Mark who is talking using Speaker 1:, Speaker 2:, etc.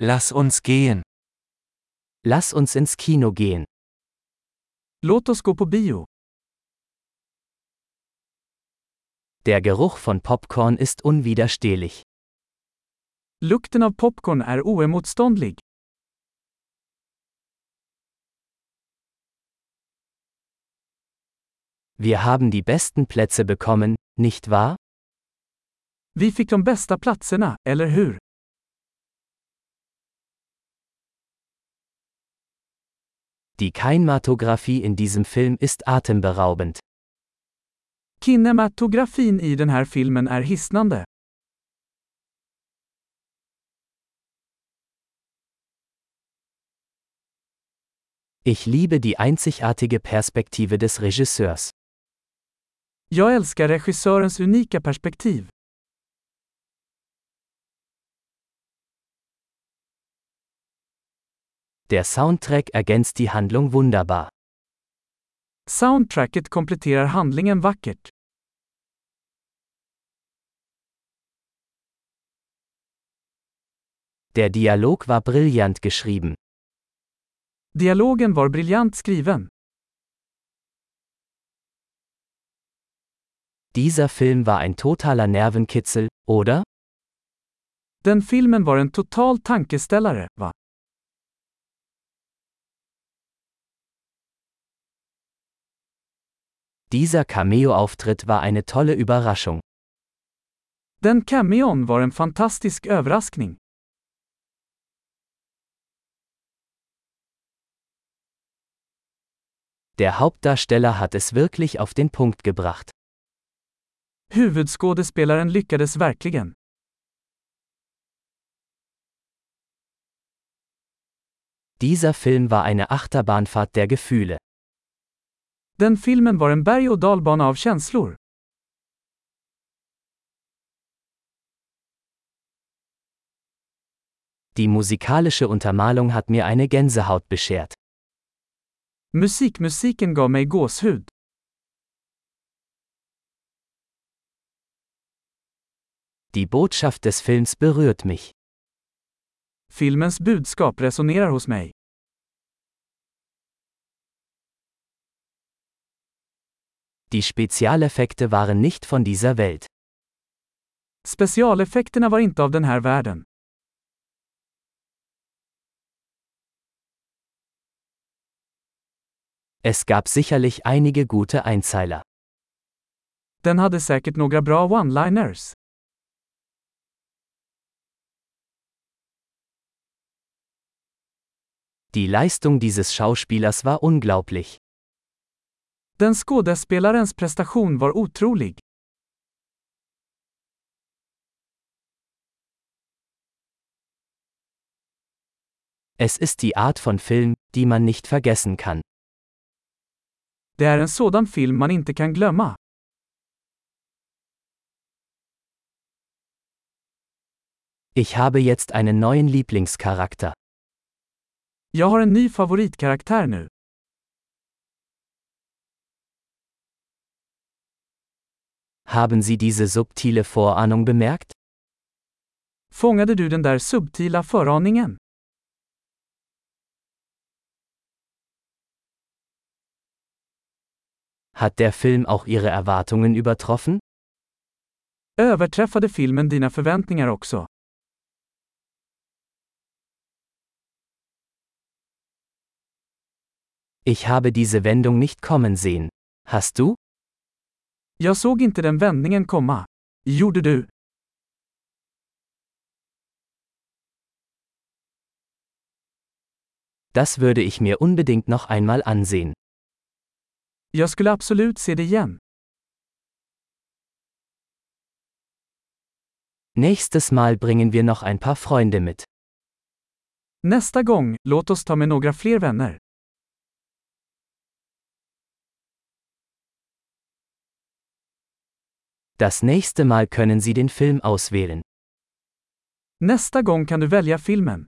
Speaker 1: Lass uns gehen.
Speaker 2: Lass uns ins Kino gehen.
Speaker 3: Låt oss gå på bio.
Speaker 2: Der Geruch von Popcorn ist unwiderstehlich.
Speaker 3: Lukten av popcorn är oemotståndlig.
Speaker 2: Wir haben die besten Plätze bekommen, nicht wahr?
Speaker 3: Vi fick de bästa platserna, eller hur?
Speaker 2: Die Kinematographie in diesem Film ist atemberaubend.
Speaker 3: Kinematografin i den här filmen är hisnande.
Speaker 2: Ich liebe die einzigartige Perspektive des Regisseurs.
Speaker 3: Jag älskar regissörens unika perspektiv.
Speaker 2: Der Soundtrack ergänzt die Handlung wunderbar.
Speaker 3: Soundtracket kompletterar handlingen vackert.
Speaker 2: Der Dialog war brillant geschrieben.
Speaker 3: Dialogen var briljant skriven.
Speaker 2: Dieser Film war ein totaler Nervenkitzel, oder?
Speaker 3: Den filmen var en total tankeställare, va?
Speaker 2: Dieser Cameo-Auftritt war eine tolle Überraschung.
Speaker 3: Den cameon var en fantastisk överraskning.
Speaker 2: Der Hauptdarsteller hat es wirklich auf den Punkt gebracht.
Speaker 3: Huvudskådespelaren lyckades verkligen.
Speaker 2: Dieser Film war eine Achterbahnfahrt der Gefühle.
Speaker 3: Den filmen var en berg och dalbana av känslor.
Speaker 2: Die musikalische Untermalung hat mir eine Gänsehaut beschert.
Speaker 3: Musikmusiken gav mig gåshud.
Speaker 2: Die Botschaft des Films berührt mich.
Speaker 3: Filmens budskap resonerar hos mig.
Speaker 2: Die Spezialeffekte waren nicht von dieser Welt.
Speaker 3: Specialeffekterna var inte av den här världen.
Speaker 2: Es gab sicherlich einige gute Einzeiler.
Speaker 3: Den hade säkert några bra one-liners.
Speaker 2: Die Leistung dieses Schauspielers war unglaublich.
Speaker 3: Den skådespelarens prestation var otrolig.
Speaker 2: Es ist die Art von Film, die man nicht vergessen kann.
Speaker 3: Det är en sådan film man inte kan glömma.
Speaker 2: Ich habe jetzt einen neuen Lieblingscharakter.
Speaker 3: Jag har en ny favoritkaraktär nu.
Speaker 2: Haben Sie diese subtile Vorahnung bemerkt?
Speaker 3: Fångade du den där subtila föraningen?
Speaker 2: Hat der Film auch Ihre Erwartungen übertroffen?
Speaker 3: Överträffade filmen dina förväntningar också?
Speaker 2: Ich habe diese Wendung nicht kommen sehen. Hast du?
Speaker 3: Jag såg inte den vändningen komma. Gjorde du?
Speaker 2: Das würde ich mir unbedingt noch einmal ansehen.
Speaker 3: Jag skulle absolut se det igen.
Speaker 2: Nächstes Mal bringen wir noch ein paar Freunde mit.
Speaker 3: Nästa gång, låt oss ta med några fler vänner.
Speaker 2: Das nächste Mal können Sie den Film auswählen.
Speaker 3: Nästa gång kan du välja filmen.